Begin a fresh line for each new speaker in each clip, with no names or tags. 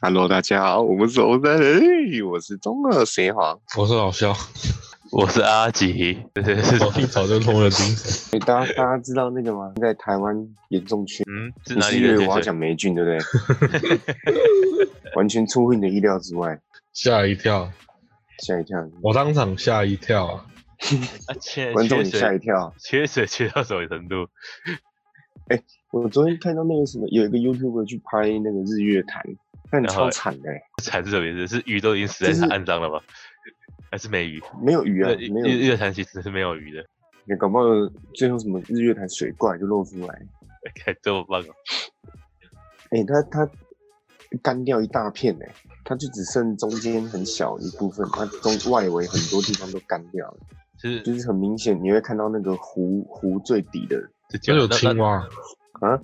Hello，大家好，我们是欧三人，哎我是中二蛇皇。
我是老肖，
我是阿吉，对对对，
老屁早就通了精神。
诶大家大家知道那个吗？在台湾严重缺，
嗯，是
你
哪
是
里
以
人？
为我要
先生
讲霉菌，对不对？ 完全出乎你的意料之外，
吓一跳，
吓一跳，
我当场吓一跳啊！
啊，缺
观众
缺
你吓一
水，
跳。
缺水缺到什么程度？
我昨天看到那个什么，有一个 YouTube 去拍那个日月潭，但
然后
超惨的、欸，
惨是什么意思？是鱼都已经死
就是
在岸上了吗？ 还是没鱼？
没有鱼啊
那，
没有
日
鱼，
月潭其实是没有鱼的，
搞不好最后什么日月潭水怪就露出来。
看这么棒哦！
哎、欸，它它干掉一大片哎、它就只剩中间很小一部分，它中外围很多地方都干掉了，
就是
就是很明显你会看到那个湖湖最底的，
这
就有青
那那
蛙
啊？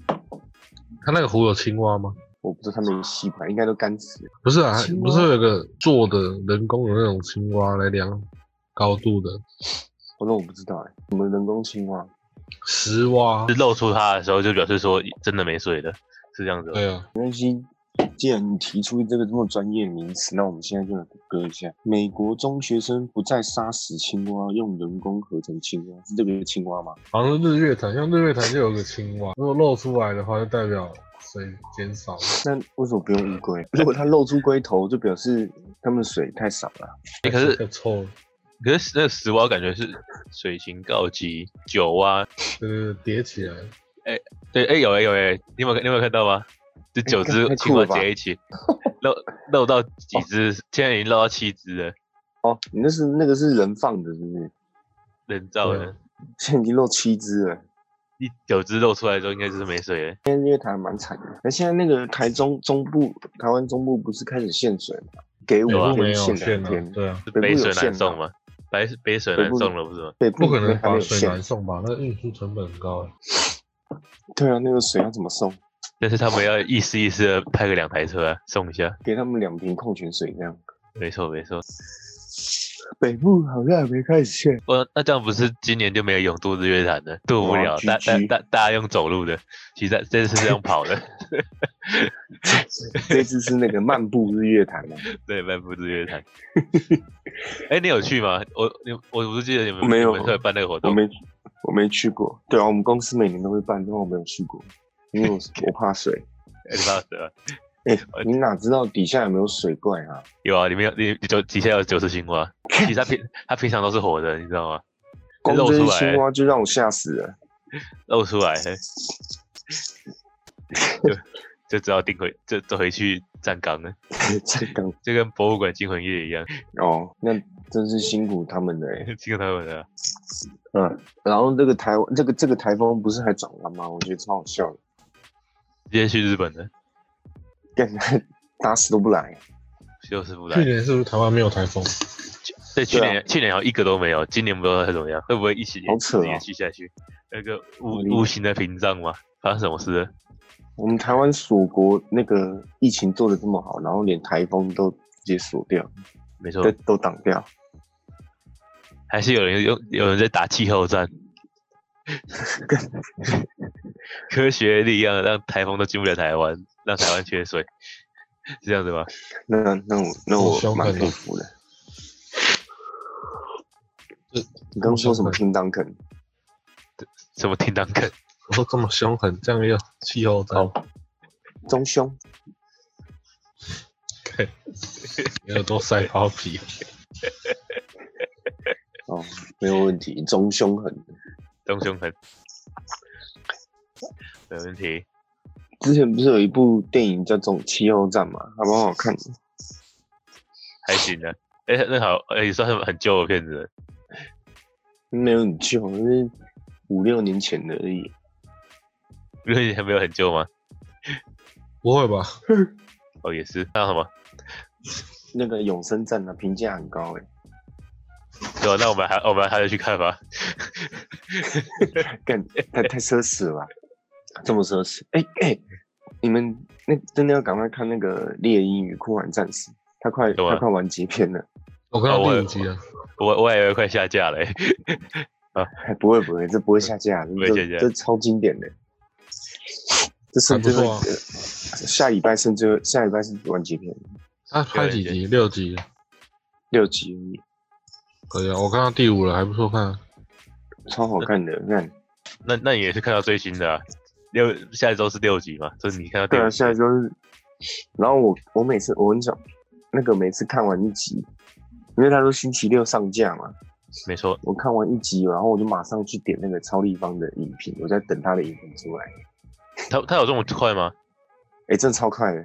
他那个湖有青蛙吗？
我不知道它们吸吧，应该都干死了。
不是啊
青，蛙
不是有个做的人工的那种青蛙来量高度的
我说我不知道哎、什么人工青蛙？
石蛙？
是露出它的时候，就表示说真的没水了，是这样子吗。
对啊，
没关系，既然你提出这个这么专业的名词，那我们现在就来谷歌一下：美国中学生不再杀死青蛙，用人工合成青蛙，是这个青蛙吗？
好像是日月潭，像日月潭就有个青蛙，如果露出来的话，就代表水减少了。
那为什么不用乌龟？如果它露出龟头，就表示它们水太少了。
欸可是
太臭了，
可是那个石蛙感觉是水情告急，九蛙。
对对对，叠起来。
对，哎、有哎、有哎、你有没有你有没有看到吗？这九
干太
只
酷
青蛙
了吧
结一起，漏漏到几 只？现在已经漏到七只了，
哦，你那是那个是人放的，是不是？
人造
对
的
啊。
现在已经露七只了，
一九只露出来之后，应该就是没水了。
现在因为台湾蛮惨的。哎那现在那个台中中部，台湾中部不是开始限水吗？给五
有啊
北部没
天
有
限
线
两
啊
天，，
对啊，
是
北部
北
有
水
限
南送
吗
吗？白北水
北
南
部
送了不是吗？
对，
不可能
嗯还没
把
有
水
限
南。送吧？那运输成本很高欸。
对啊，那个水要怎么送？
但是他们要意思意思的派个两台车、啊、送一下。
给他们两瓶矿泉水这样。
没错没错，
北部好像还没开始限，
哇，哦那这样不是今年就没有永渡日月潭了，渡不
哇
了，大大
GG
大大家用走路的，其实这次是用跑的，
这次是那个漫步日月潭啊。
对，漫步日月潭。 哎、你有去吗？我你我不是记得你们
没有
你们出来办那个活
我
动，
没去，我没去过。对啊，我们公司每年都会办，但我没有去过，因为我我怕 水。
哎你怕死了？
哎、你哪知道底下有没有水怪啊？
有啊，里面有你你就底下有九只青蛙，其实它平它平常都是活的，你知道吗？
光
露
这
出
些
来
青蛙就让我吓死了。
露出来，就就只好定回，就走回去站岗了，
这个
就跟博物馆惊魂夜一样，
哦，那真是辛苦他们了、欸。
惊魂他们的啊。
嗯，然后这个台湾这个这个台风不是还转弯吗？我觉得超好笑的，
直接去日本的，
干他打死都不来。
就是不来
去。年是不是台湾没有台风？
对，去
对啊
年、去年好像一个都没有，今年不知道它怎么样，会不会一起
好扯哦
延续下去？那个
好
无
厉害
无形的屏障嘛，发生什么事了？
我们台湾锁国那个疫情做的这么好，然后连台风都直接锁掉，
没错
嗯
都，都挡掉。
还是有人用有人在打气 候战，科学力量让台风都进不了台湾，让台湾缺水，是这样子吗？
那那我那
好
我
凶
蛮
狠哦
佩服的。
这
你刚刚说什么叮当肯？
什么叮当梗？
我说这么凶狠，这样也有气候灾，
中凶？
你耳朵塞包皮。
哦，没有问题，中凶狠。
东凶狠，没问题。
之前不是有一部电影叫《中气候战》嘛，还蛮好看的。
还行啊。哎、那好，哎、也算是很旧的片子了，
没有很旧，是五六年前的而已。
因为还没有很旧吗？
不会吧？
哦，也是。那什么？
那个《永生战》呢，评价很高诶、欸
对、啊，那我们还我们还是去看吧。
干欸太太奢侈了吧，这么奢侈？哎、哎、你们那真的要赶快看那个《猎鹰与酷玩战士》，他快
干嘛
他快完结篇了，
我看
哦
到
我
第五集了，
我我以为快下架了、欸，
哎不会不会，这不会下架，
会下
这
架
这超经典的，这甚至
还不
会、
错啊
呃下礼拜甚至会下礼拜是完结篇，
他啊拍
哦
几集？六集，
六集而已，
可以啊。我看到第五了，还不错看。
超好看的。看，
那那你也是看到最新的啊？六下一周是六集嘛？所以你看到
对
第
啊，
五
现在
集，
就是，然后我我每次我很想那个每次看完一集，因为他说星期六上架嘛，
没错，
我看完一集，然后我就马上去点那个超立方的影评，我在等他的影评出来。
他他有这么快吗？
哎、真的超快的，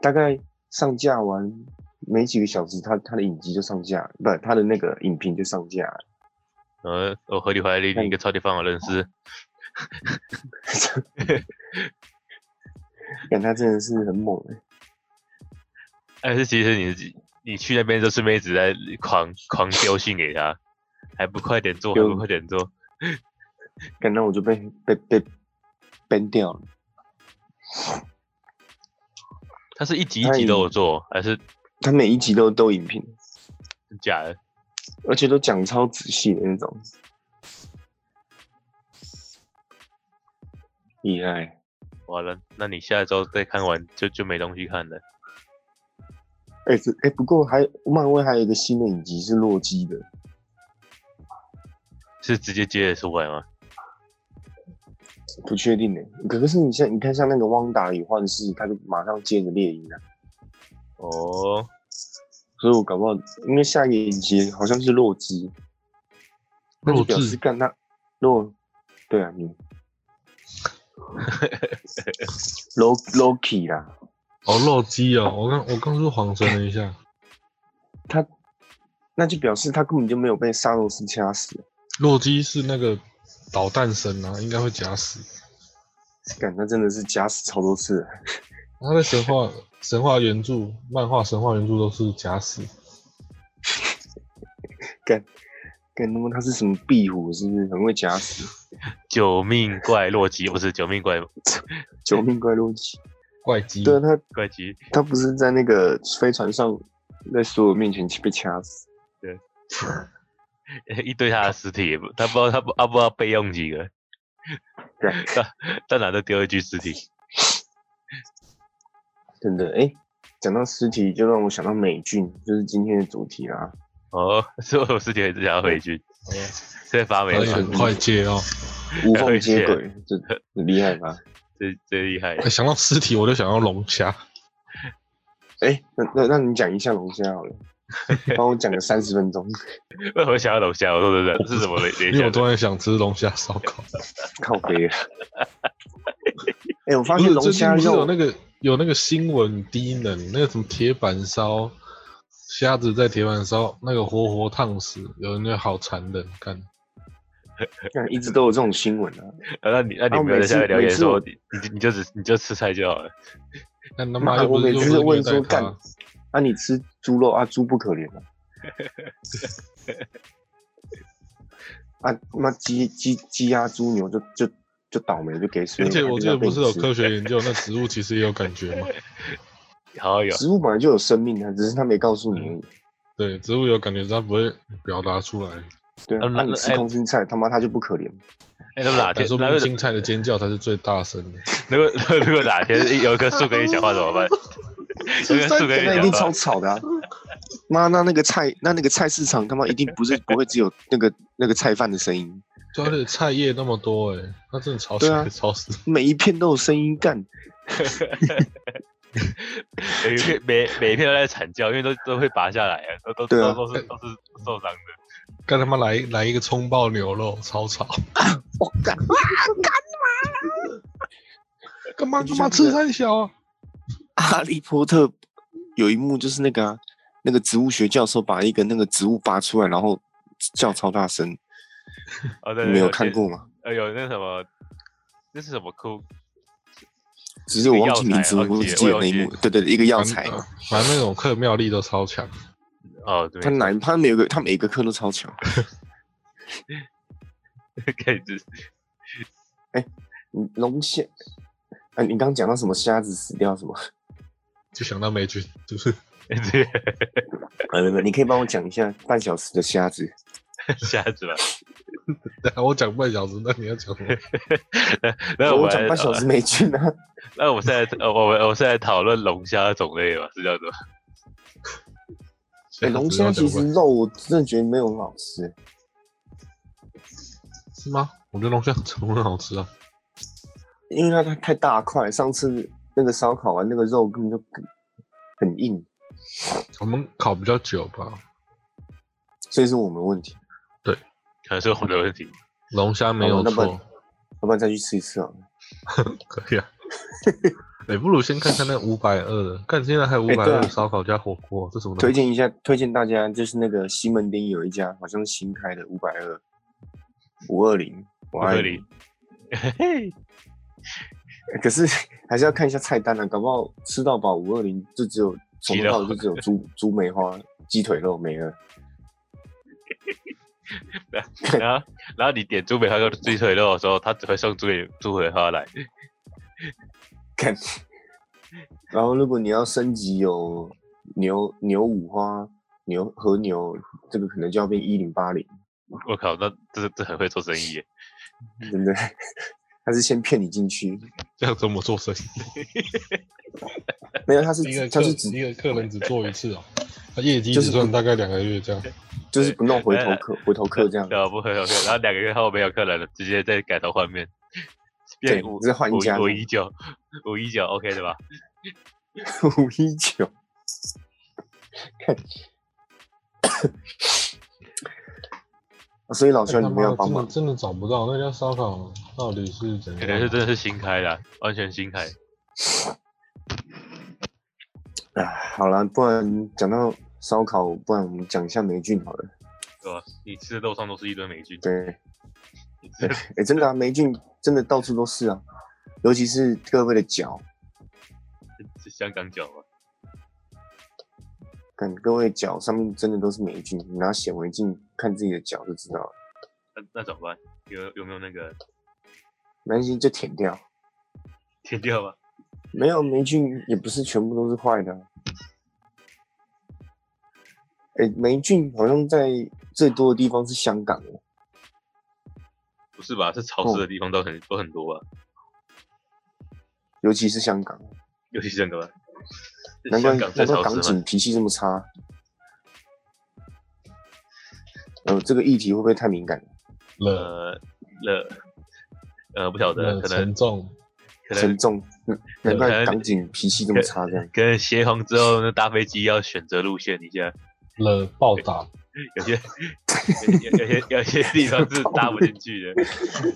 大概上架完没几个小时，他他的影集就上架，不，他的那个影评就上架了，
呃，我合理怀疑
嗯
你跟超级饭我认识，
但他真的是很猛哎、
但是其实你自己你去那边就是妹子在狂狂丢信给他，还不快点做，还不
丢
快点做，
干那我就被被被 ban 掉了，
他是一集一集都有做，还是
他每一集都都影评，
假的？
而且都讲超仔细的那种，厉害。
完了，那你下一周再看完就就没东西看了。
哎、这哎、不过还漫威还有一个新的影集是洛基的，
是直接接得出来吗？
不确定呢、可是你像你看像那个汪达与幻视，他就马上接着猎鹰啊，
哦，
所以我搞不好，因为下一个影集好像是洛基，那就
弱
表示
智，
干他洛，对啊， 你 Lo Loki 啦，
哦，肉鸡哦，我刚我刚说恍神了一下，
他那就表示他根本就没有被沙洛斯掐死，啊
肉鸡是那个导弹神啊，应该会假死。
干他真的是夹死超多次了，
他在神话神话原著、漫画神话原著都是假死，
干他妈他是什么壁虎是不是很会夹死？
救命怪洛基不是救命怪
救命怪洛基，
怪鸡。
对啊，他
怪基，
他不是在那个飞船上在所有面前被掐死，
一堆他的尸体也不，他不知道他不他不知道备用几个，
干
到哪都丢一具尸体。
真的哎。诶讲到尸体，就让我想到美俊，就是今天的主题啦。
哦，所以我尸体也是想要回去，
好吧
在发霉
可以
哎
了，
很快接哦。
无缝接 轨，这很厉害吧？
最最厉害。
哎想到尸体，我就想到龙虾。
哎、那那那你讲一下龙虾好了，帮我讲个三十分钟。
为什么想要龙虾？我说真的 是什么联
因为我
联想
突
的？
然想吃龙虾烧烤。
靠背 啊！哎、我发
不
现
是
龙
最近
虾
不是有
肉，
那个有那个新闻低能，那个什么铁板烧，虾子在铁板烧那个活活烫死，有人觉得好残忍，看
干一直都有这种新闻啊。
啊那你那
啊
你
我
没有
每
在下
次
面留
每
言
次
说
我
你你你就只你就吃菜就好了。
看他
妈
妈又不
我
是
每
又
次
不是
问
虐待
说
他
干啊，你吃猪肉啊，猪不可 怜啊。啊，妈鸡鸡鸡鸭猪牛就就就倒霉就给水。
而且我记得不是有科
科
学研究，那植物其实也有感觉嘛？
好有
植物本来就有生命啊，只是他没告诉你
嗯
而已。
对，植物有感觉，它不会表达出来。
对啊，
嗯
那、
那
你
哎
吃空心菜，他妈他就不可 怜。
哎，那么哪
但
天
说
那
明青菜的尖叫才是最大声的。
如 果如果如果哪天有一棵树跟你讲话怎 么办？有一棵树跟你
那一
讲
定超
话，
吵的啊！妈，那那个菜，那那个菜市场他妈一定不是不会只有那个那个菜贩的声音，
对啊，而且菜叶那么多哎、它真的吵死
对啊
了，吵死了。
每一片都有声音干。
每一片每每一片都在惨叫，因为都都会拔下来啊，都都
对啊
都都是都是受伤的。
干他妈来来一个葱爆牛肉，超 吵！
我干，
干嘛干嘛吃太小啊？
哈利波特有一幕就是那个、啊、那个植物学教授把一个那个植物拔出来，然后叫超大声，
哦，
你
对，对
们有看？
对
过吗？
呃，有那什么，那是什么哭？
只是我忘记
一个
名
药材
字，我
忘记
只
了
记得
我
那
也
一幕
忘。
对对，对一个药
反
材，
反呃正那种克妙力都超强。
哦，对
他，哪一他每个他每个课都超强。
可以就是
嗯龙虾，啊，你刚刚讲到什么虾子死掉什么？
就想到霉菌， 就是
对
哎呃，没有没有，你可以帮我讲一下半小时的虾子。
瞎子吧？
等一下我讲半小时，那你要讲什么？
那我呃
我
们
讲
来
半小时美剧 呢，
那我们现在呃，我们我们现在讨论龙虾种类吧，是这样子吗？
哎
下
龙
次
虾
要讲
其
半
实肉我真的觉得没有很好吃，
是吗？我觉得龙虾很好吃啊。
因为它太太大块，上次那个烧烤完那个肉根本就很硬，
我们烤比较久吧，
所以是我们的问题，
可能是我们的问题。
龙虾没有
那不
错
然，要不然再去吃一次啊。
可 以啊。哎、不如先看看那五百二的，看现在还五
哎
百
对啊
二烧烤加火锅，这什么东
推
西？
荐一下，推荐大家就是那个西门町有一家好像是新开的，五百二、五二零，我
不合
爱
理
你。。
嘿嘿，
可是 还是要看一下菜单啊，搞不好吃到饱五二零就只有从头到尾就只有 猪猪梅花、鸡腿肉没了。
然后然后你点猪尾花跟鸡腿肉的时候，他只会送猪尾猪尾花来。
然后如果你要升级有牛牛五花、牛和牛，这个可能就要变一零八零，
我靠，那这这很会做生意耶。
嗯
真的。 他是先骗你进去，
这样怎么做生意？
没有，他是
一个
他
客
是只
一个客人只做一次哦，他业绩
就
只
是
赚
不
大概两个月这样。
就是不弄回头
来
客，回头客这样，
对啊，不会有客，然后两个月后没有客人了，直接再改头换面，变
对
五
直接换一
五
家
五一九五一九，OK 的吧？
五一九，看，所以老兄你
哎他
们
妈
要
的
帮
真的
忙，
真的找不到那家烧烤到底是怎
可能是
样？
真的是新开的啊，完全新开。
哎，好了，不然讲到烧烤，不然我们讲一下霉菌好了。
对吧？你吃的肉上都是一堆霉菌，
对， 哎、
你吃的
真的啊，霉菌真的到处都是啊，尤其是各位的脚，
是香港脚吗？
看各位脚上面真的都是霉菌，你拿显微镜看自己的脚就知道了，
那那怎么办？有有没有那个
没关系就舔掉，
舔掉吧？
没有霉菌也不是全部都是坏的啊。哎、霉菌好像在最多的地方是香港哦，
不是吧？是潮湿的地方都很、都很多吧？
尤其是香港，
尤其是香港，是
难怪
香港最
难怪
潮
港
湿嘛。
警脾气这么差。呃，这个议题会不会太敏感？
冷
呃，热呃不晓得，
冷
可能
沉重，
可
沉
能
重，嗯难
可能
怪港警脾气这么差，这样
可能协同之后，那搭飞机要选择路线一下，
冷暴打，
有些有有有些有些地方是搭不进去的，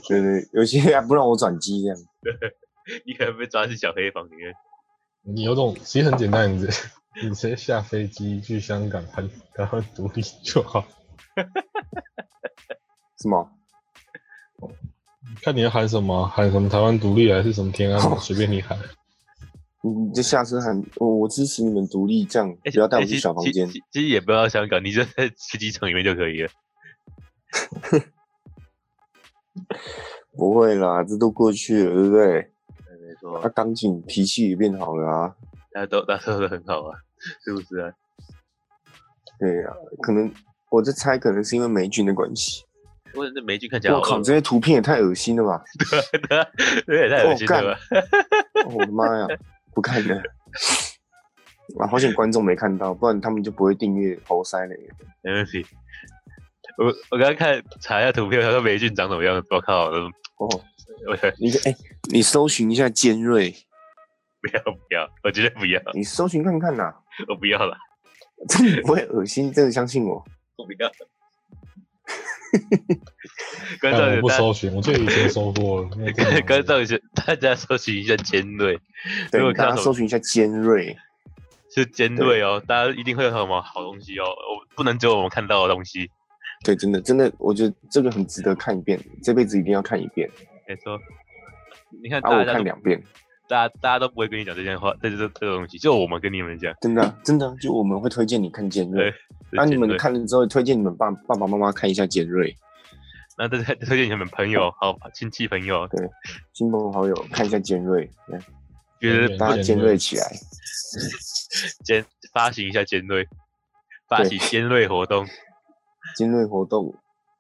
对对，有些还不让我转机这样。
你可能被抓进小黑房里面。
你有种，其实很简单，你直接 你直接下飞机去香港谈台湾独立就好。
什么？
看你要喊什么，喊什么台湾独立还是什么天安门，随便你喊。
你你就下车喊我，我支持你们独立，这样
哎
不要带我
哎其
去小房
其
间。
其其实也不要香港，你就在机场里面就可以了。
不会啦，这都过去了，对不对？
没错
那，港警脾气也变好了啊。
大家都大家都很好啊，是不是啊？
对啊，可能我在猜，可能是因为霉菌的关系。
不过那霉菌看起来
我
好
靠，
恶
这些图片也太恶心了吧！
有点太恶心了吧？
哦我的妈呀， 不看了。啊，好险观众没看到，不然他们就不会订阅猴塞雷了。
没问题。我我刚刚看查一下图片，他说霉菌长什么样子？我靠，我都
哦，
我
你哎、你搜寻一下尖锐，
不要不要，我绝对不要，
你搜寻看看呐、
我不要了，
真的不会恶心，真的相信我。
我不要。
但
观众
我不
大
搜寻，我记得以前搜过了。 那个
观观众是大家搜寻一下尖锐，
对
如果，看
大家
到什么
搜寻一下尖锐，
是尖锐哦，大家一定会有什么好东西哦，我不能只有我们看到的东西。
对，真的真的，我觉得这个很值得看一遍，这辈子一定要看一遍。
没错，你看
啊，
大
我
家都
看两遍，
大家大家都不会跟你讲这件话，这这这个东西，就我们跟你们讲。
真的啊、真的啊、就我们会推荐你看尖锐
对，
那、啊你们
对，
看了之后，推荐你们爸爸爸妈妈看一下尖锐，
那再再推荐你们朋友、好亲戚朋友，
亲朋好友看一下尖锐，对
觉得
对
大家尖锐起来。
尖发行一下尖锐，发
对
起尖锐活动，
尖锐活动，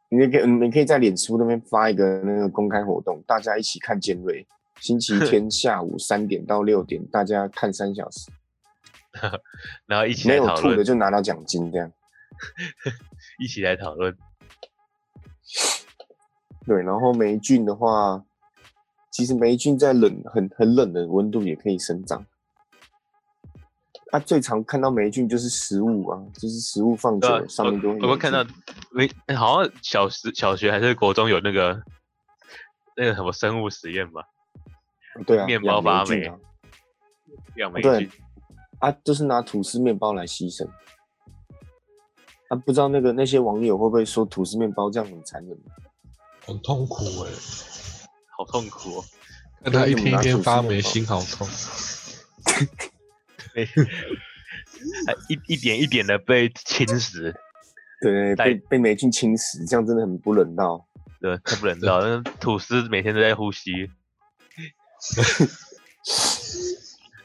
你可以你可以在脸书那边发一个那个公开活动，大家一起看尖锐，星期 天下午三点到六点，大家看三小时，
然后一起
没
来
有
讨
吐的
论，
就拿到奖金这样。
一起来讨论。
对，然后霉菌的话，其实霉菌在冷很很冷的温度也可以生长。啊，最常看到霉菌就是食物啊，就是食物放久
对啊
了、上面都会
我我
霉
们看
菌
到没，好像小时小学还是国中有那个那个什么生物实验吧，
对啊，
面包
养
发
霉
霉
菌啊
养霉
对
菌。
啊，就是拿吐司面包来牺牲。啊，不知道那个那些网友会不会说吐司面包这样很残忍？
很痛苦哎、
好痛苦哦！
看他一天一天发
为
霉，
什
心好痛。
被还一一点一点的被侵蚀，
对，
在
被被霉菌侵蚀，这样真的很不人道。
对，太不人 道。那吐司每天都在呼吸，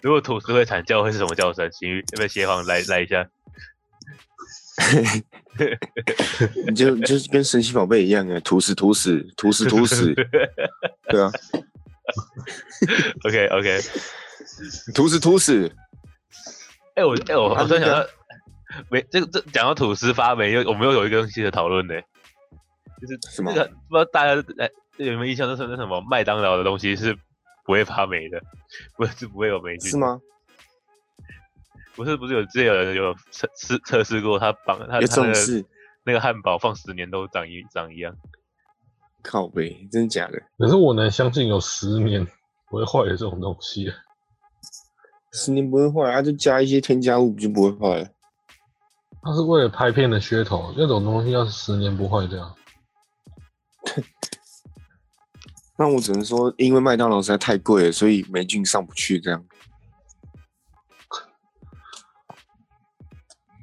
如果吐司会惨叫，会是什么叫声？请那个协皇来来一下。
你就就是跟神奇宝贝一样啊，吐死吐死吐死吐 死，对啊，
OK OK，
吐死吐死。
哎、我哎、我
啊
我突然
那
想
个
到，没这个这讲到吐司发霉，又我们又有一个东西的讨论呢，就是
什
那
么
个不知道大家哎有没有印象？那是那什么麦当劳的东西是不会发霉的， 不是不会有霉菌
是？吗？
不是不是有之前有人有测试测试过，他绑他
有这
他那
种
个
事？
那个汉堡放十年都长一长一样，
靠背，真的假的？
可是我能相信有十年不会坏的这种东西、啊
十年不会坏，啊，就加一些添加物就不会坏了。
他是为了拍片的噱头，那种东西要是十年不坏掉，
那我只能说，因为麦当劳实在太贵了，所以霉菌上不去这样。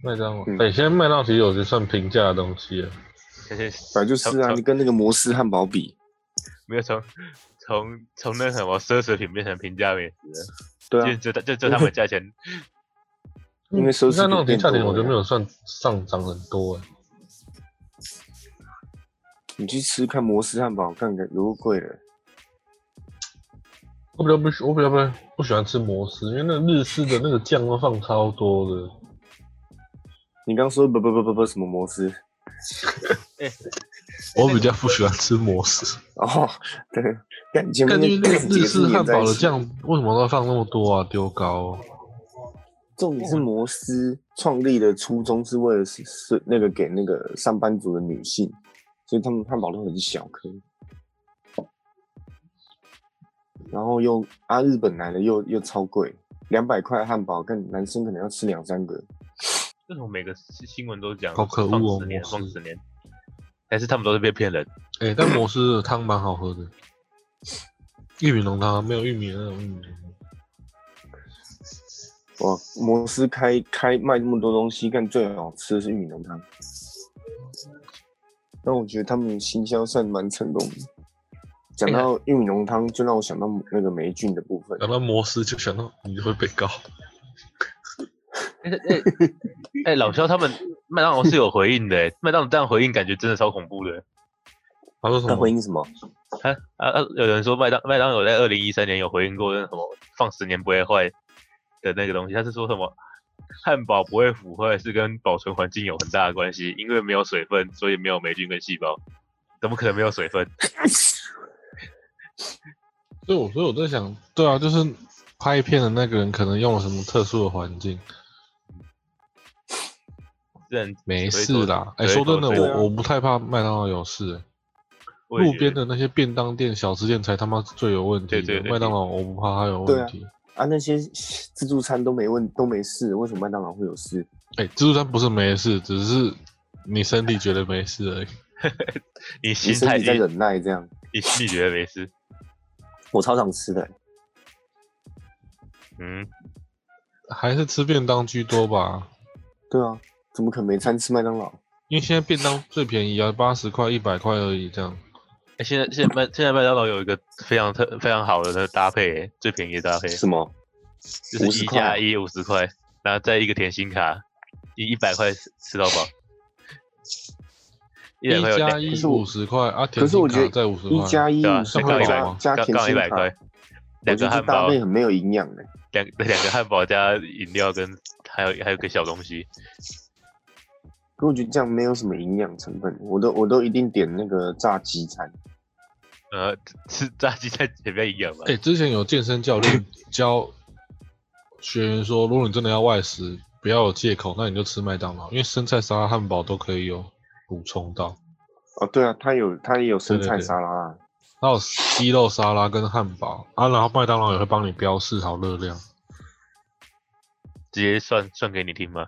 麦当劳，哎、
嗯
现在麦当劳其实我觉得算平价的东西了。
但是
反正就是啊，
从
你
从
跟那个摩斯汉堡比，
没有从从从那什么奢侈品变成平价美食
对
了，就
啊，
就就就他们价钱，
因为奢侈品
嗯那那种平价
变
点，
多
我
了
觉得没有算上涨很多哎、
你去吃看摩斯汉堡，看看有够贵了。
我比较不喜，我比较不不喜欢吃摩斯，因为那日式的那个酱都放超多的。
你刚说不不不不不什么摩斯？
我比较不喜欢吃 摩斯，
哦，对，但你前面
感觉那个
解
日
释
式
连
汉
在
堡
一
的
起，
酱为什么都要放那么多啊？丢高、
重点是摩斯创立的初衷是为了是是那个给那个上班族的女性，所以他们汉堡都很小颗。然后又啊，日本来的又又超贵，两百块汉堡，跟男生可能要吃两三个。
为什么每个新新闻都讲
好可恶
放
哦
十年
模式
放十年，但是他们都是被骗人，
哎、但摩斯的汤蛮好喝的，玉米浓汤没有玉米的那种玉米浓汤。
哇，摩斯开开卖那么多东西，但最好吃的是玉米浓汤。但我觉得他们行销算蛮成功的。讲到玉米浓汤，就让我想到那个霉菌的部分。
讲到摩斯就想到你会被告，
哎哎哎，老肖他们麦当劳是有回应的欸，麦当劳这样回应感觉真的超恐怖的。
他说什
他
么？
回应什么？
啊啊啊！有人说麦当麦当有在二零一三年有回应过那什么放十年不会坏的那个东西，他是说什么汉堡不会腐坏是跟保存环境有很大的关系，因为没有水分，所以没有霉菌跟细胞。怎么可能没有水分？
所以我所以我在想，对啊，就是拍片的那个人可能用了什么特殊的环境，
这人
没
所以
事
说
啦。哎、
所以
说真的，
说
对啊
我我不太怕麦当劳有事、哎
我也
路
觉
边
得
的那些便当店、小吃店才他妈最有问题的。
对对对
麦当劳我不怕它有问题。
啊，那些自助餐都没问都没事，为什么麦当劳会有事？
哎、自助餐不是没事，只是你身体觉得没事而已。
你
你
心
身
态
体在
你
忍耐这样。
你心里觉得没事，
我超常吃的、
嗯，
还是吃便当居多吧，
对啊，怎么可能每餐吃麦当劳？
因为现在便当最便宜啊，八十块、一百块而已这样。
哎现在现在麦现在麦当劳有一个非常特非常好的那个搭配欸，最便宜的搭配
什么？
就
50
是一
块啊
加一五十块，然后再一个甜心卡，一一百块吃吃到饱。一人会有
加
两
一
可是我
五十块啊，
可
甜
是
心
我觉
卡
得
在五十
一
块，
加一
对啊
五十
刚
块
好
加
嘛
加
刚
甜
刚一
心
百
卡
块，，
我觉得
两个
这
汉
搭
堡，
配
两
很没有营养欸的。
两个汉堡加饮料跟还有还有个小东西，
可我觉得这样没有什么营养成分，我都我都一定点那个炸鸡餐。
呃，吃炸鸡在也比较营养吧
哎、。之前有健身 教练教学员说，如果你真的要外食，不要有借口，那你就吃麦当劳，因为生菜沙拉、汉堡都可以有补充到。
哦，对啊，它有它也有生
对
菜
对对
沙拉啊，
还有鸡肉沙拉跟汉堡啊，然后麦当劳也会帮你标示好热量。
直接算算给你听嘛。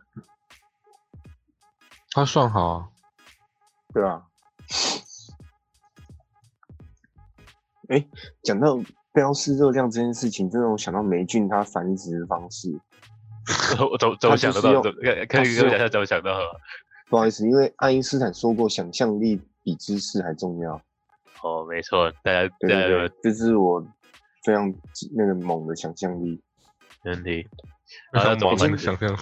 它算好啊，
对啊。哎，讲到标示热量这件事情，真的我想到霉菌它繁殖的方式。
我怎么怎
它就
么想得
是
到？
用
怎么可
它
以可以
是
跟我
用
讲一下怎么想到的吗？
不好意思，因为爱因斯坦说过，想象力比知识还重要。
哦，没错，大家
对对
大家有没
对
有，
这是我非常那个猛的想象力。
问题。
啊
然后要怎么
我
分
真
子
想？象，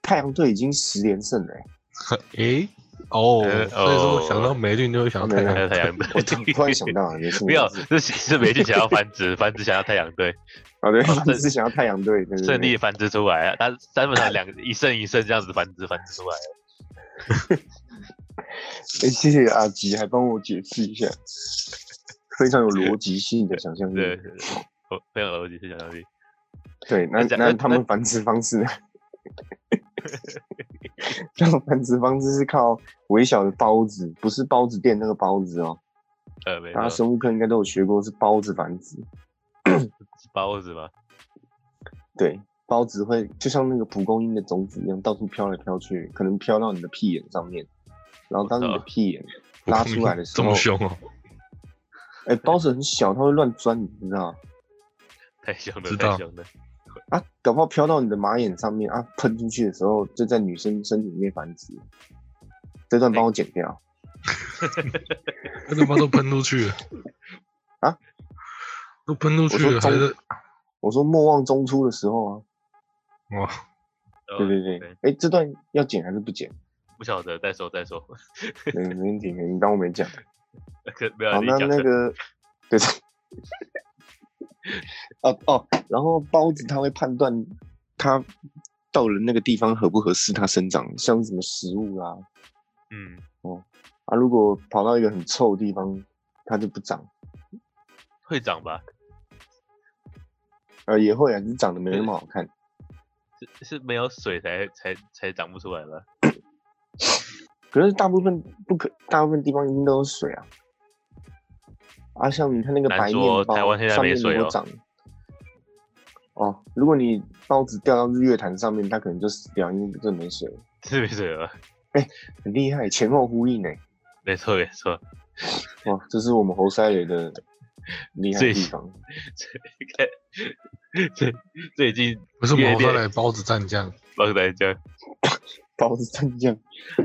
太阳队已经十连胜了、欸，
诶、哦，
呃
所以说
哦
想到霉菌就会想到
没
太
有
还有
阳
太阳队，
我突突然想 到了，没事，
不要，
没事
这是是霉菌想要繁殖，繁殖想要太阳队
啊，对，
哦
反正是想要太阳队，对对对
胜利繁殖出来啊！它三分场两个一胜一胜这样子繁殖繁殖出来，啊
哎、谢谢阿吉，还帮我解释一下，非常有逻辑性的想象力。
对，我非常有逻辑，非常有逻辑。
对，那
那讲
那
那
他们繁殖方式呢？他们繁殖方式是靠微小的孢子，不是包子店那个包子哦。
呃，没
大家
错，
生物课应该都有学过，是孢子繁殖。
包子嘛，
对，孢子会就像那个蒲公英的种子一样，到处飘来飘去，可能飘到你的屁眼上面，然后当你的屁眼拉出来的时
这
候
么，凶 哦，
哎、孢子很小，它会乱钻，你知道吗
太凶了，
知
太
道
凶了。
啊？搞不好飘到你的马眼上面啊，喷出去的时候就在女生身体里面繁殖。这段帮
哎
我剪掉、
那他妈都喷出去了
啊，
都喷出
我
去
说
了，还
中
是，
我说莫忘中初的时候啊，
哇，
哦
对对对，哎、这段要剪还是不 剪？
不晓得，再说再说。
没没问题，没问题，当我没讲。
可不要
好，
呃你
那
讲
那
的
个，对，哦哦，然后包子它会判断它到了那个地方合不合适它生长，像什么食物啊，
嗯，
啊，如果跑到一个很臭的地方，它就不长，
会长吧？
呃，也会啊，只是长得没那么好看。
是是没有水才才才长不出来吧？
可是大部分不可，大部分地方一定都有水啊。啊，像你看那个
难
白面
说
包，
台湾现在
上
没
面如
水
果
哦
长，哦，如果你包子掉到日月潭上面，它可能就死掉，因为这没水了。
是没水了吧，
很厉害，前后呼应哎，
没错没错。
哇，这是我们侯赛雷的厉害的地方。
最最近
为什么
夜
我
店
再来包子蘸酱？
帮大家，
包子蘸酱，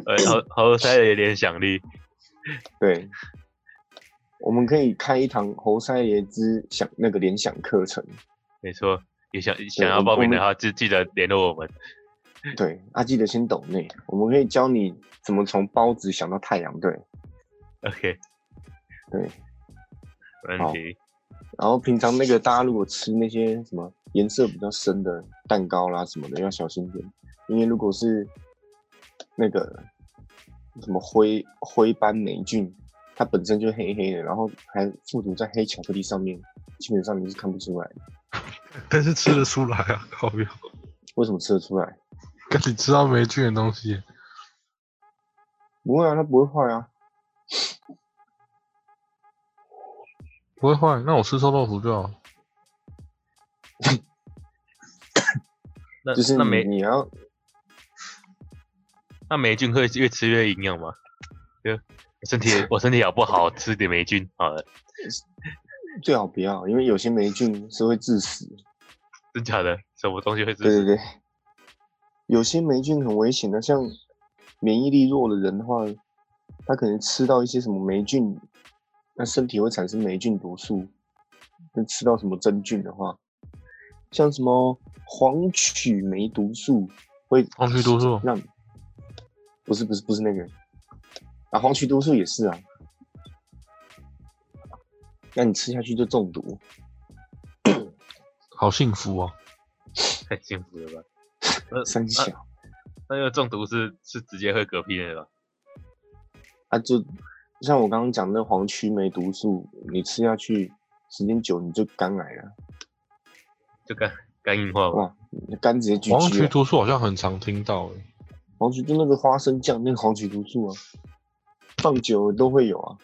呃， 好好塞的联想力，
对，我们可以开一堂侯赛雷之想那个联想课程。
没错。也想想要
我
报名
我们
的话，记记得联络我们。
对，啊，记得先抖内，我们可以教你怎么从包子想到太阳队。
OK，
对，
没
好
问题。
然后平常那个大家如果吃那些什么颜色比较深的蛋糕啦什么的，要小心点，因为如果是那个什么灰灰斑霉菌，它本身就黑黑的，然后还附着在黑巧克力上面，基本上你是看不出来的。
但是吃得出来啊，靠不要，
为什么吃得出来？
赶紧吃到霉菌的东西，
不会啊，它不会坏啊。
不会坏。那我吃臭豆腐就好了。
那
就是
呃那
你
霉
你要
那霉菌会越吃越营养吗？就身 体我身体好不好，吃点霉菌好了，
最好不要，因为有些霉菌是会致死。
真假的？什么东西会吃？
对对对，有些霉菌很危险的，像免疫力弱的人的话，他可能吃到一些什么霉菌，那身体会产生霉菌毒素。那吃到什么真菌的话，像什么黄曲霉毒素会
黄曲毒素
让，不是不是不是那个，啊，黄曲毒素也是啊。那你吃下去就中毒，
好幸福哦。
太幸福了吧？
啊
三小
那个中毒是是直接喝嗝屁的吧？
啊，就像我刚刚讲那黄曲霉毒素，你吃下去时间久你就肝癌了，
就肝肝硬化吧？
哇，你肝直接拒
黄
绝
曲。毒素好像很常听到诶、
黄曲就那个花生酱，那个黄曲毒素啊，放久了都会有啊。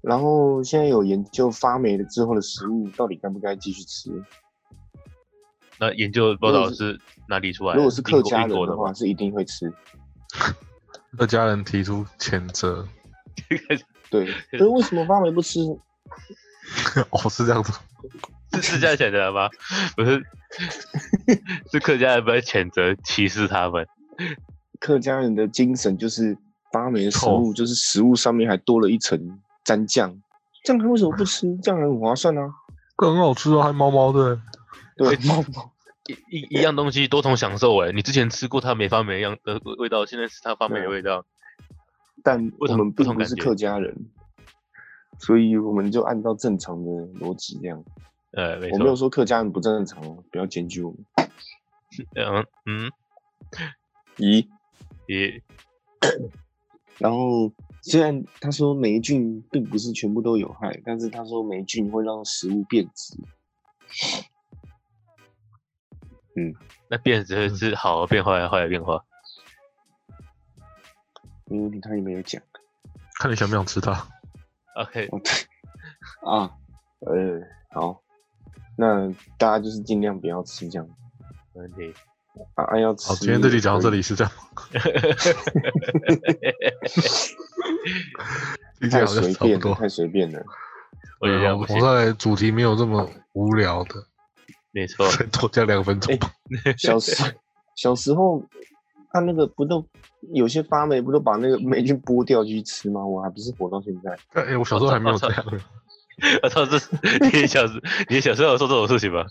然后现在有研究发霉了之后的食物到底该不该继续吃？
那研究报
如
道
果
是哪里出来的？
如果是客家
英
人
国英国
的
的
话，
吗？
是一定会吃。
客家人提出谴责，
对，可是为什么发霉不吃？
哦，是这样子。
是是这样谴责的吗？不是，是客家人不是谴责歧视他们，
客家人的精神就是发霉的食物，就是食物上面还多了一层蘸酱，这样他为什么不吃？这样很划算啊！
很好吃啊，还毛毛的。
对，
一一一样东西多重享受哎、你之前吃过它没发霉一样的味道，现在吃它发
啊
霉的味道，
但
不
我
同
们
不
并
同
不
感
是
觉
客家人，所以我们就按照正常的逻辑这样。
呃，没
我没有
错，
说客家人不正常哦，不要检举我们。
嗯嗯，
咦，
也
然后虽然他说霉菌并不是全部都有害，但是他说霉菌会让食物变质。
那变只
嗯
是是好的变坏，坏的变化。
因为他也没有讲
看你想不想吃它。
OK，
哦，对啊，呃，好，那大家就是尽量不要吃这样
没问题。
啊，啊要吃。
好，今天这集讲到这里，是 这样。听起来
太
好像
随
差不
便了，
多。啊
太随便了。
我觉得这样
嗯
不
我
行，
再来主题没有这么无聊的，
没错，
再多加两分钟吧。
小时小时候，他那个不都有些发霉，不都把那个霉菌剥掉去吃吗？我还不是活到现在，
哎、我小时候还没有这样。
我操，这你小时你小时候有做这种事情吗？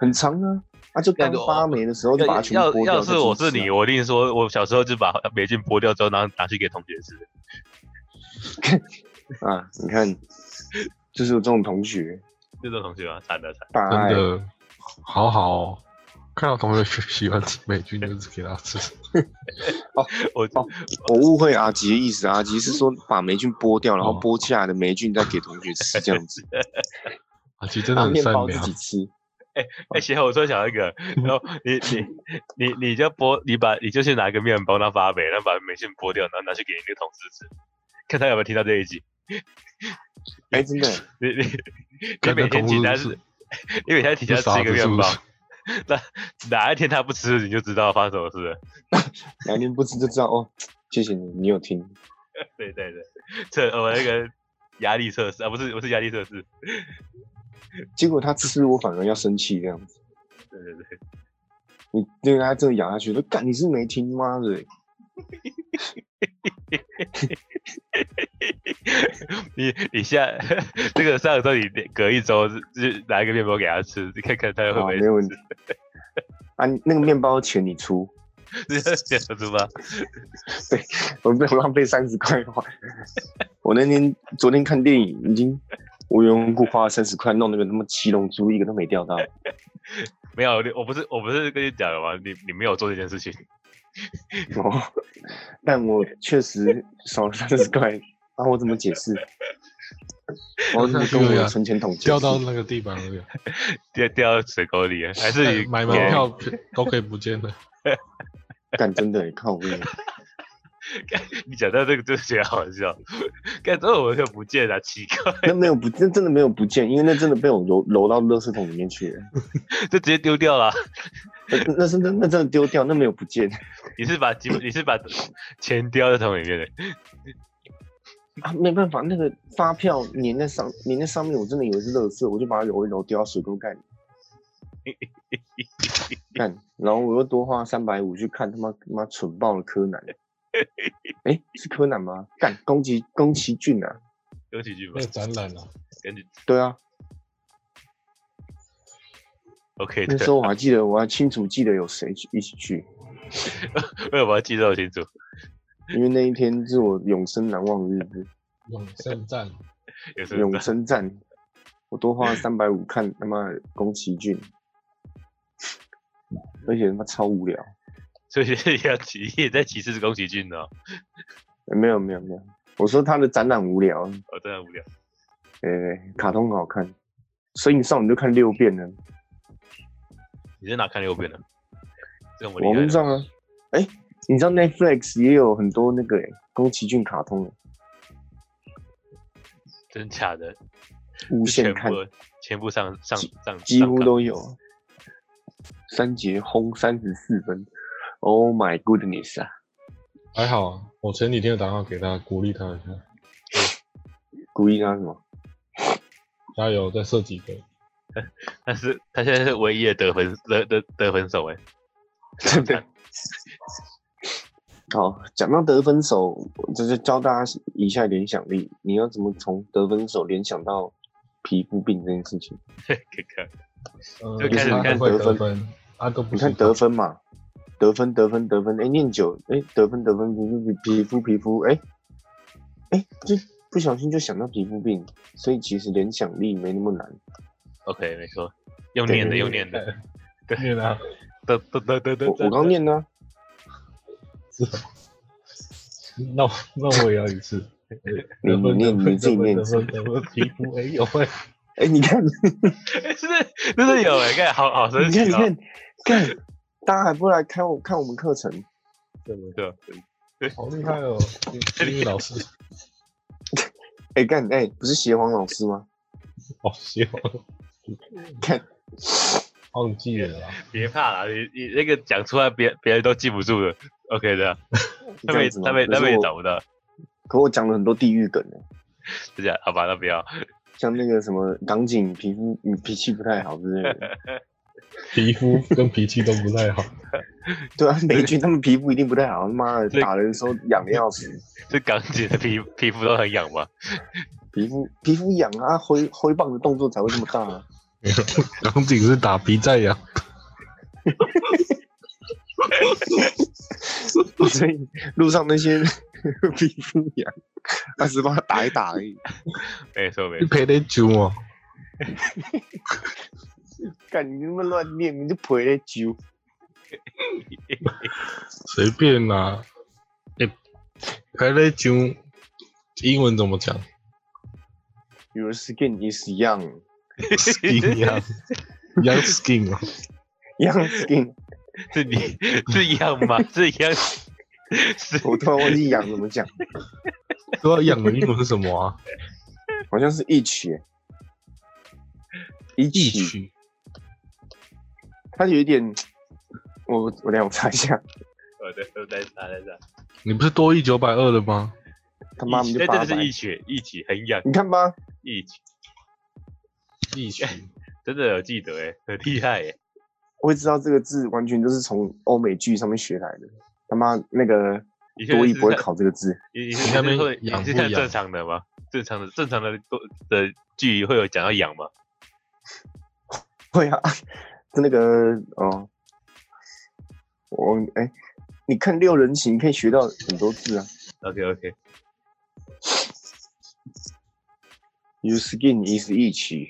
很长啊。啊，就刚
那个
发霉的时候就把它全部
要
剥掉、
要是我
啊
是你，，我一定说，我小时候就把霉菌剥掉之后，然后拿去给同学吃。
啊，你看，就是有这种同学，
这种同学吗？惨了惨了，
大
真
爱
的好好、哦，看到同学喜欢吃美军，就是给他吃。
我
哦我误会阿吉的意思，阿吉是说把霉菌剥掉，然后
哦
剥下来的霉菌再给同学吃这样子，
阿奇真的
把
很
面
善
包自
良
己，吃。
哎，贤、欸，我突然想到一个，然后你你你你就剥，你把你就去拿一个面包，然后把霉，然后把霉菌剥掉，然后拿去给你那个同事吃，看他有没有听到这一集。
哎、真的，
你你你
感觉
每天
恐
请
怖
他
是
吃， 你每天请他
是傻
吃一个
子是
面
不
包
是，
那哪一天他不吃，你就知道发生什么事了。
两天不吃就知道哦。谢谢你，你有听。
对对对，测我们那个压力测试啊，不是不是压力测试，
结果他吃我反而要生气这样子，
对对对，
你对他真的咬下去，说干你是没听妈的、
你你下 这个上周你隔一周就拿一个面包给他吃，你看看他会不
好，
会
没问题。啊，你那个面包钱你出，
这样子吗？
我不能浪费三十块花。 我那天昨天看电影，已经无缘无故花了三十块，弄那个他妈七龙珠一个都没钓到。
没有，我不是我不是跟你讲了吗？你你没有做这件事情，
哦，但我确实少了三十块，啊，我怎么解释？
哦
我怎么跟我的存钱筒解
啊
释？
掉到那个地板那个，
掉掉到水沟里了，还是 你
买
给
门票都可以不见了。
干真的、靠 我！
你讲到这个就觉得好笑，干之后我就不见了，奇怪，
那没有不，那真的没有不见，因为那真的被我揉揉到垃圾桶里面去了。
就直接丢掉了。
那那是那那真的丢掉，那没有不见。
你是把几你是把钱丢在桶里面的，
啊，没办法，那个发票粘在上粘在上面，我真的以为是垃圾，我就把它揉一揉丢到水沟盖里。干，然后我又多花三百五去看他妈妈蠢爆了柯南。哎、是柯南吗？干，宫崎宫崎骏啊，
有几句吧
那个，展览啊，
根据
对啊，
OK
那
的，
时候我还记得，我还清楚记得有谁去一起去，
为什么要记得清楚？
因为那一天是我永生难忘的日子，
永胜战，
也是
永生战，我多花了三百五看他妈宫崎骏，而且他妈超无聊。
所以也要歧也在歧视宫崎骏呢、哦，
呃没有没有没有，我说他的展览无聊，
我、真的无聊。
对对对，卡通好看，《所以你上你就看六遍了，
你在哪看六遍的？这么
网
厉害
络
的？
上啊，哎、你知道 Netflix 也有很多那个、哎宫崎骏卡通，
真假的？
无
是
限
全
看
部，全部上上
几
上，
几
上
乎
岗
都有。三节轰三十四分，Oh my goodness 啊！
还好啊。我前几天有打电话给他，鼓励他一下，
鼓励他什么？
加油，再射几个。
但是他现在是唯一的得分得得得分手哎，
真的。 好，讲到得分手，我就是教大家一下联想力，你要怎么从得分手联想到皮肤病这件事情？
看看
嗯
就开始
他
看
会
得
得
分
分，他都不
你
是
看得分嘛，得分得分得分，哎、念久，哎、得分得分，皮肤皮肤皮肤，哎、哎、就不小心就想到皮肤病，所以其实联想力没那么难。
，OK 没错，用
对
念的
对
用
对
念的，
对面啊，
得得得得得，
我我刚念呢、啊，
那我那我也要一次。
你你念你自己念一
得
次，
分得分皮肤哎呦喂，
哎、你 看
哎真的真的有哎，看好好神
你看
奇
你
啊
哦，
看，看大家还不来看我看我们课程？
真的
对，
好厉害哦！英语老师，
哎、干哎、不是邪皇老师吗？
好笑，
看
忘记了啦。
别怕啦，你你那个讲出来别别人都记不住的，OK 的，
这
他们
样
也
子吗
他们也
可是
他们也
我
找不到，
可我讲了很多地狱梗呢，
就这样，好吧，那不要，
像那个什么港警皮肤嗯脾气不太好之类的。
皮肤跟脾气都不 太好，
对啊，美军他们皮肤一定不太好，他妈的
对
打人的时候痒的要死，
这港姐的皮皮肤都很痒吧？
皮肤皮肤痒啊，挥挥棒的动作才会这么大、 啊。
港警是打皮在痒，
所以路上那些 皮肤痒，他只是帮他打一打而 已。
没错没
你
错，
赔得久哦。
干你他妈乱念，你就赔了酒。
随便啦、诶，哎、欸，得久，英文怎么 讲？
Your skin is young,
skin 样 young skin 啊，
young skin。
是你 是一样吗？是一 样，是
我突然忘记痒怎么讲，
都要养的英文是什么啊？
好像是一起， 一
一
起，
曲
它有一点，我我等一下我查一下，
哦对，都在打在打，
你不是多一九百二了吗？
他妈我们
一
就
哎
八
真的
百
是，一起一起很痒，
你看吧，
一起
一曲
真的有记得哎，很厉害哎，
会知道这个字完全就是从欧美剧上面学来的。他妈那个
你现在
多益
是
不会
看
考这个字，
你你
你
是
那
那
边
边会你
养
是
不
看
养
正常的吗？正常的正常的都的剧会有讲到痒吗？
会啊， 那个哦，我哎、你看六人行可以学到很多字啊。
OK OK，
Your skin is itchy，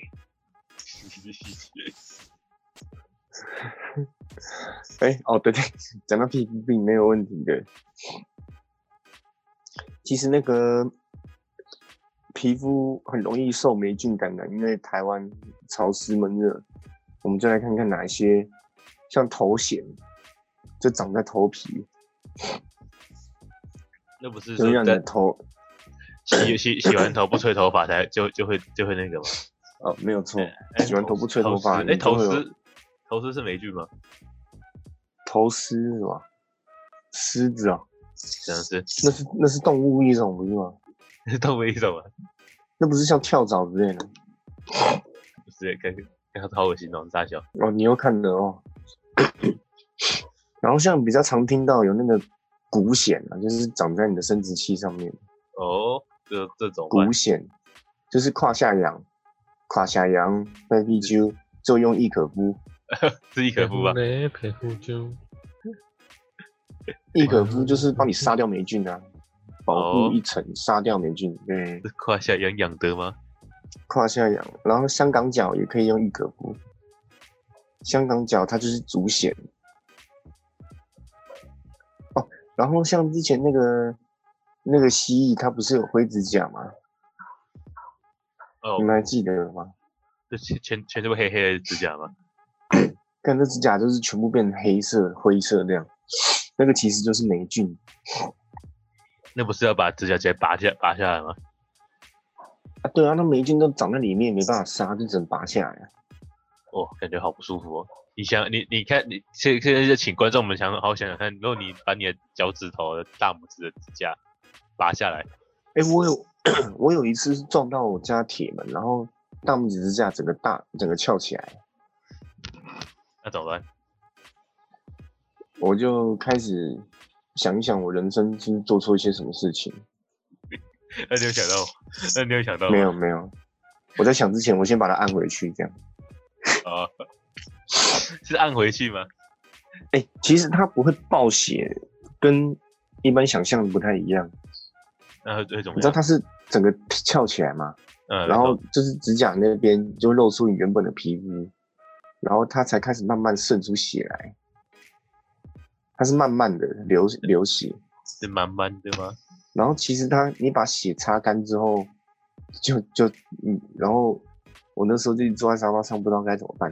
哎、哦对对，讲到皮肤病没有问题的。其实那个皮肤很容易受霉菌感染，因为台湾潮湿闷热。我们就来看看哪一些像头癣，就长在头皮，
那不是
就会
说
让你的
在
头
洗洗洗完头不吹头发才就就会就会那个吗？
哦，没有错，
哎
洗完头不吹头发，
头丝哎
你就
头
会有
丝头丝是霉菌吗？
头虱是吧？虱子啊，
真的是
那是那是动物一种不是吗？
都没一种啊，
那不是像跳蚤之类的
不是看看好恶心哦，大小
哦，你又看了哦。 然后像比较常听到有那个骨癣啊，就是长在你的生殖器上面，
哦，这这种
骨癣就是胯下痒，胯下痒，背壁灸，作用亦可敷，
自己可
不
夫吧？
雷佩夫就
易可夫就是帮你杀掉霉菌啊，保
哦
护一层，杀掉霉菌。对，
是胯下痒痒的吗？
胯下痒，然后香港脚也可以用易可夫。香港脚它就是足癣。哦，然后像之前那个那个蜥蜴，它不是有灰指甲吗？
哦
你，们还记得吗？
这全全全部黑黑的指甲吗？
看这指甲就是全部变成黑色、灰色那样，那个其实就是霉菌。
那不是要把指甲直接拔下拔下来吗？
啊，对啊，那霉菌都长在里面，没办法杀，就只能拔下来啊。
哦，感觉好不舒服哦。你想，你你看，你现现在就请观众们想好好想想看，如果你把你的脚趾头的大拇指的指甲拔下来，
哎、我有 我有一次是撞到我家铁门，然后大拇指指甲整个大整个翘起来，
那怎么办？
我就开始想一想我人生是不是做错一些什么事情。
那你有想到吗？那你有想到吗
没？有没有，我在想之前，我先把它按回去，这样。
啊， 是按回去吗？
哎、其实它不会爆血，跟一般想象的不太一样。
那会会怎么
你知道
样？
它是整个翘起来吗？
嗯，
然后就是指甲那边就露出你原本的皮肤，然后它才开始慢慢渗出血来，它是慢慢的流流血，
是慢慢的吗？
然后其实它你把血擦干之后，就就嗯，然后我那时候就一直坐在沙发上不知道该怎么办，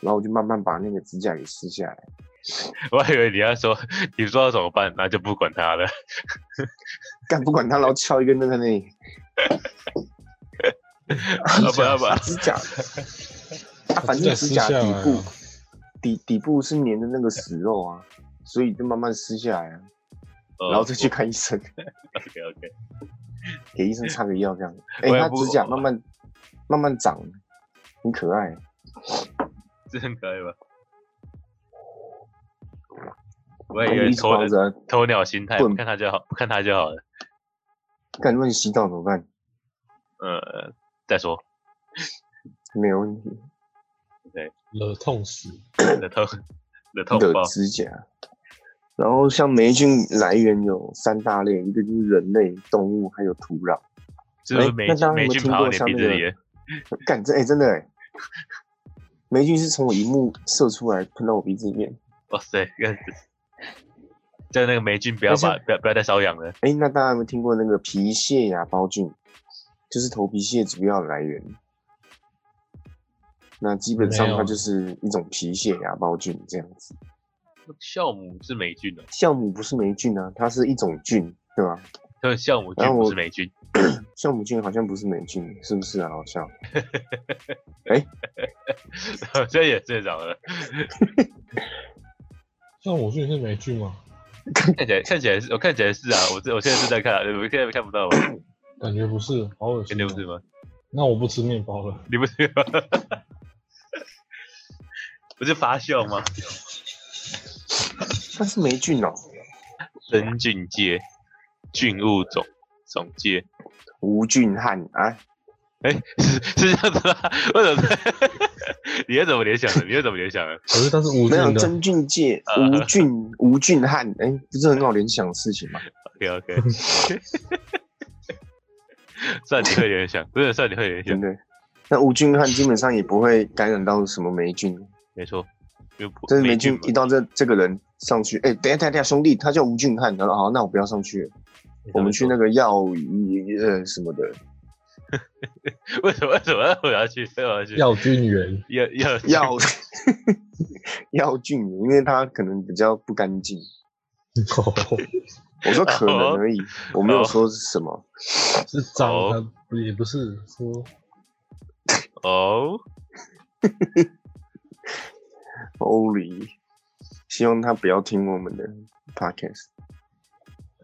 然后我就慢慢把那个指甲给撕下来，
我还以为你要说，你不知道怎么办，那就不管它 了。
干不管它，然后翘一根那个那里，啊
要 不啊要不
把，指甲， 啊，反正指甲
撕下
底
来
部
啊
底底部是粘的那个死肉啊，所以就慢慢撕下来啊。
哦
然后再去看医生，
OK OK，
给医生擦个药这样。哎、
我哎也
它
不
指甲慢慢慢慢长，很可爱。
这很可以吧？我
然
也
后就
以为
一直
鸵
抱
鸟
着啊，
鸵鸟心态，
棍
不看它就好，不看它就好了。
敢问洗澡怎么办？
呃，再说，
没有问题，
惹痛死。
的痛的痛
的
爆，
指甲。然后像霉菌来源有三大类，一个就是人类、动物，还有土壤。
是不是
哎
霉
那大家有没
霉
有
菌
听
跑到
过
你
像
鼻
那
子
个
里了？
干这哎、真的哎、霉菌是从我荧幕射出来，喷到我鼻子里面。
哇塞，这样子叫那个霉菌不要
那像
把不要不要再瘙痒了。
哎、那大家有没有听过那个皮屑芽孢菌，就是头皮屑主要来源？那基本上
没有
它就是一种皮屑芽孢菌这样子。
酵母是霉菌哦，
酵母不是霉菌啊，它是一种菌，对吧？
所以酵母菌
然后
不
我
是霉菌。
酵母菌好像不是霉菌，是不是啊？好像
这也睡着了，
像我最近是霉菌嘛，
看起来看起来是，我看起来是啊，我这我现在是在看啊，我现在看不到吗？
感觉不是，好恶
肯
心、
定
哦
不。是吗？
那我不吃面包了，
你不是吗？ 不是发酵吗？
它是霉菌哦、
真菌界菌物种总界，
无菌汉啊，
哎、是是这样子吗？为什么？ 你又怎么联想的？你又怎么联想的？
可是它是无
没有
菌的，
真菌界
啊
无 菌无菌汉，哎、不是很好联想的事 情吗？
OK OK，算你会联想，真的算你会联
对
想
不，对？那无菌汉基本上也不会感染到什么霉菌，
没错，就不
这是霉
霉
菌
嘛
一到这这个人上去，哎、等一下等一下兄弟，他叫吴俊汉，然后好，那我不要上去了，
没错
我们
没
去
错
那个药医呃什么 的
为什么为什么我要去？为什么要去？
药菌源。
要要
药 药菌，因为他可能比较不干净。
哦
我说可能而已，我没有说是什么。
是脏
哦，
它不也不是说
哦，
欧里，希望他不要听我们的 podcast。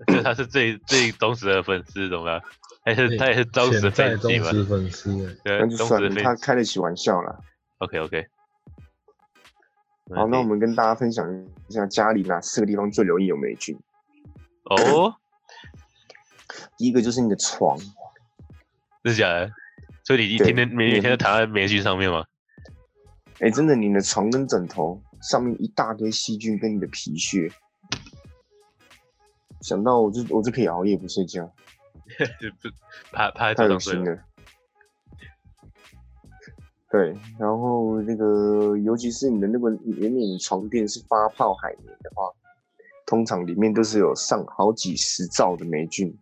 就他是最 最忠实的粉丝，懂吗？还是
对
他也是忠实
潜
的
在忠
粉丝嘛？
实粉丝、欸？
对
那，就
忠
算
实
了，
的
他
粉丝。
开得起玩笑啦。
OK OK。
好，那我们跟大家分享一下家里哪四个地方最容易有霉菌。
哦，
第一个就是你的床，
真的假的？所以你一
对
天天每每
你
天都躺在霉菌上面吗？
哎、真的，你的床跟枕头上面一大堆细菌跟你的皮屑，想到我就我就可以熬夜不睡觉，
就不趴趴在
太
床
恶
上睡
心
了。
了。对，然后那个，尤其是你的那个，如果你床垫是发泡海绵的话，通常里面都是有上好几十兆的霉菌。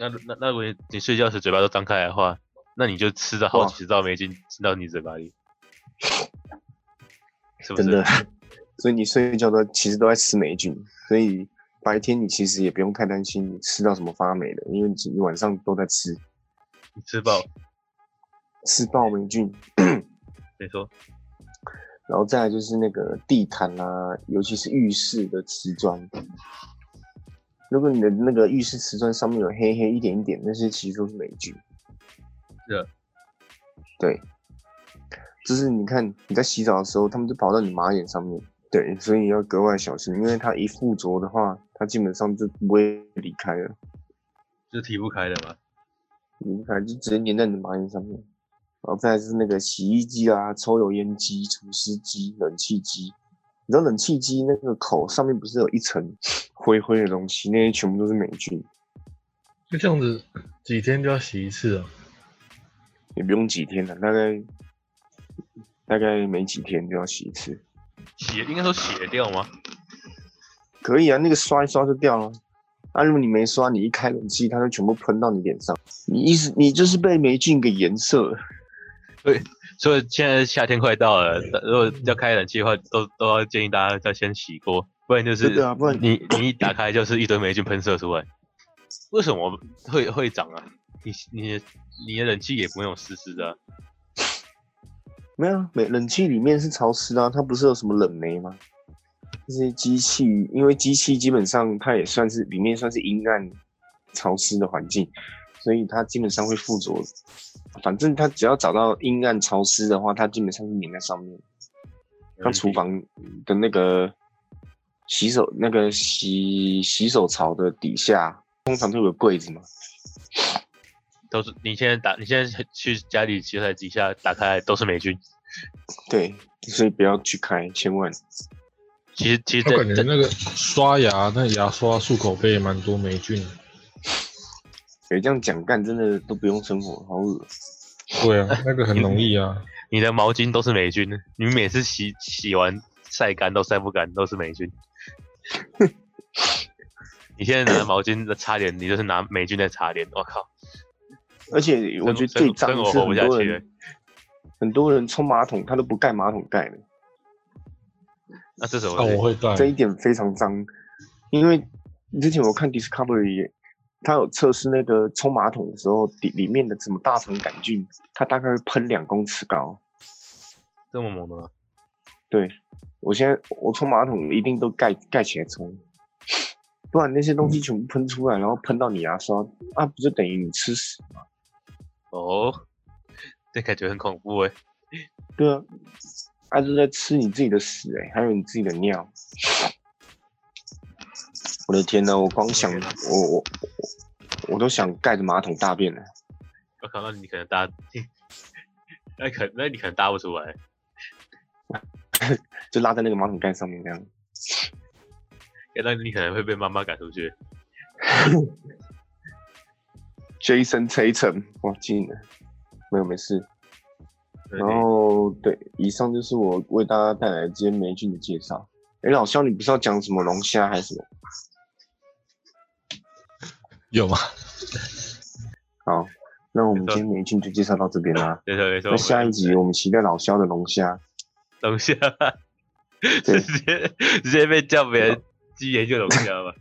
那那那如果你你睡觉时嘴巴都张开的话，那你就吃着好
哇
几十道霉菌进到你嘴巴里，是不
真
是
的？。 所以你睡觉都其实都在吃霉菌，所以白天你其实也不用太担心你吃到什么发霉的，因为你晚上都在吃
你吃饱，
吃爆霉菌。
你说
然后再来就是那个地毯啊，尤其是浴室的瓷砖，如果你的那个浴室瓷砖上面有黑黑一点一点，那些其实都是霉菌。
是啊
对，就是你看你在洗澡的时候，他们就跑到你马眼上面。对，所以你要格外小心，因为它一附着的话，它基本上就不会离开了，
就是提不开的嘛。
离不开嗯就直接粘在你的马眼上面。然后再来是那个洗衣机啊、抽油烟机、除湿机、冷气机。你知道冷气机那个口上面不是有一层灰灰的东西，那些全部都是霉菌，
就这样子，几天就要洗一次啊？
也不用几天了，大概大概没几天就要洗一次。
血应该说血掉吗？
可以啊，那个刷一刷就掉了。那、如果你没刷，你一开冷气，它就全部喷到你脸上。你意思你就是被霉菌给颜色了，
所以现在夏天快到了，如果要开冷气的话，都都要建议大家要先洗过，不然就是
真的啊不然
你你一打开就是一堆霉菌喷射出来。为什么会会长啊？你你你的冷气也不会有湿湿的啊、
没有啊，没冷气里面是潮湿的啊，它不是有什么冷媒吗？这些机器，因为机器基本上它也算是里面算是阴暗、潮湿的环境，所以它基本上会附着。反正它只要找到阴暗潮湿的话，它基本上是粘在上面。像厨房的那个洗手那个洗洗手槽的底下，通常都有个柜子嘛，
都是你现在打，你现在去家里洗手台底下打开来都是霉菌。
对，所以不要去开，千万。
其实其实
我感
这
觉
这
那个刷牙、那牙刷、漱口杯也蛮多霉菌的。
别这样讲干，真的都不用生活，好恶。
对
哎
啊，那个很容易啊。
你的毛巾都是霉菌，你每次洗洗完晒干都晒不干，都是霉菌。你现在拿毛巾在擦脸，你就是拿霉菌在擦脸，我靠！
而且我觉得最脏
生
的
活
是
活不
很
下
多
去了欸
人，很多人冲马桶他都不盖马桶盖的，
嗯那这什么
啊，
事？
我会带。
这一点非常脏。因为之前我看 Discovery，也他有测试那个冲马桶的时候，里里面的什么大肠杆菌，它大概会喷两公尺高。
这么猛的吗？
我现在我冲马桶一定都盖盖起来冲，不然那些
嗯
东西全部喷出来，然后喷到你牙刷，啊，不就等于你吃屎？
哦，这感觉很恐怖哎。
对啊，啊，就在吃你自己的屎哎、还有你自己的尿。我的天呐，我光想，我我我我都想盖着马桶大便了。
我靠，那你可能搭，那可那你可能搭不出来。
就拉在那个马桶盖上面这样。
那你可能会被妈妈赶出去。
Jason Tatum，哇，进了，没有没事。然后对，以上就是我为大家带来今天霉菌的介绍。哎，老肖，你不是要讲什么龙虾还是什么？
有吗？
好，那我们今天霉菌就介绍到这边啦。
没错没错。
那下一集我们期待老肖的龙虾。
龙虾， 直接直接被叫别
哦
人去研究龙虾吧，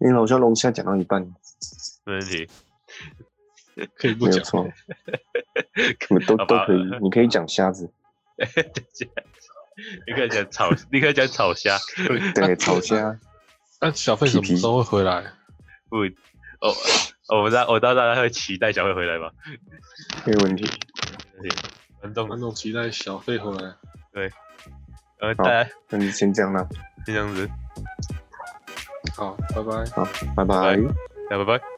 因为老肖龙虾讲到一半，
没问题。
可以不
没有
讲。
错，我都
好
都
吧
可以，你可以讲虾子，
你可以讲炒，你可以讲炒虾，
对，炒虾。
那小费什么时候会回来？
不，哦，哦我知道，我知道大家会期待小慧回来吧？
没有问题。
观众
观，众期待小费回来。
呃，大家
那就先这样啦，
就这样子，
好，拜拜。
拜拜
拜拜。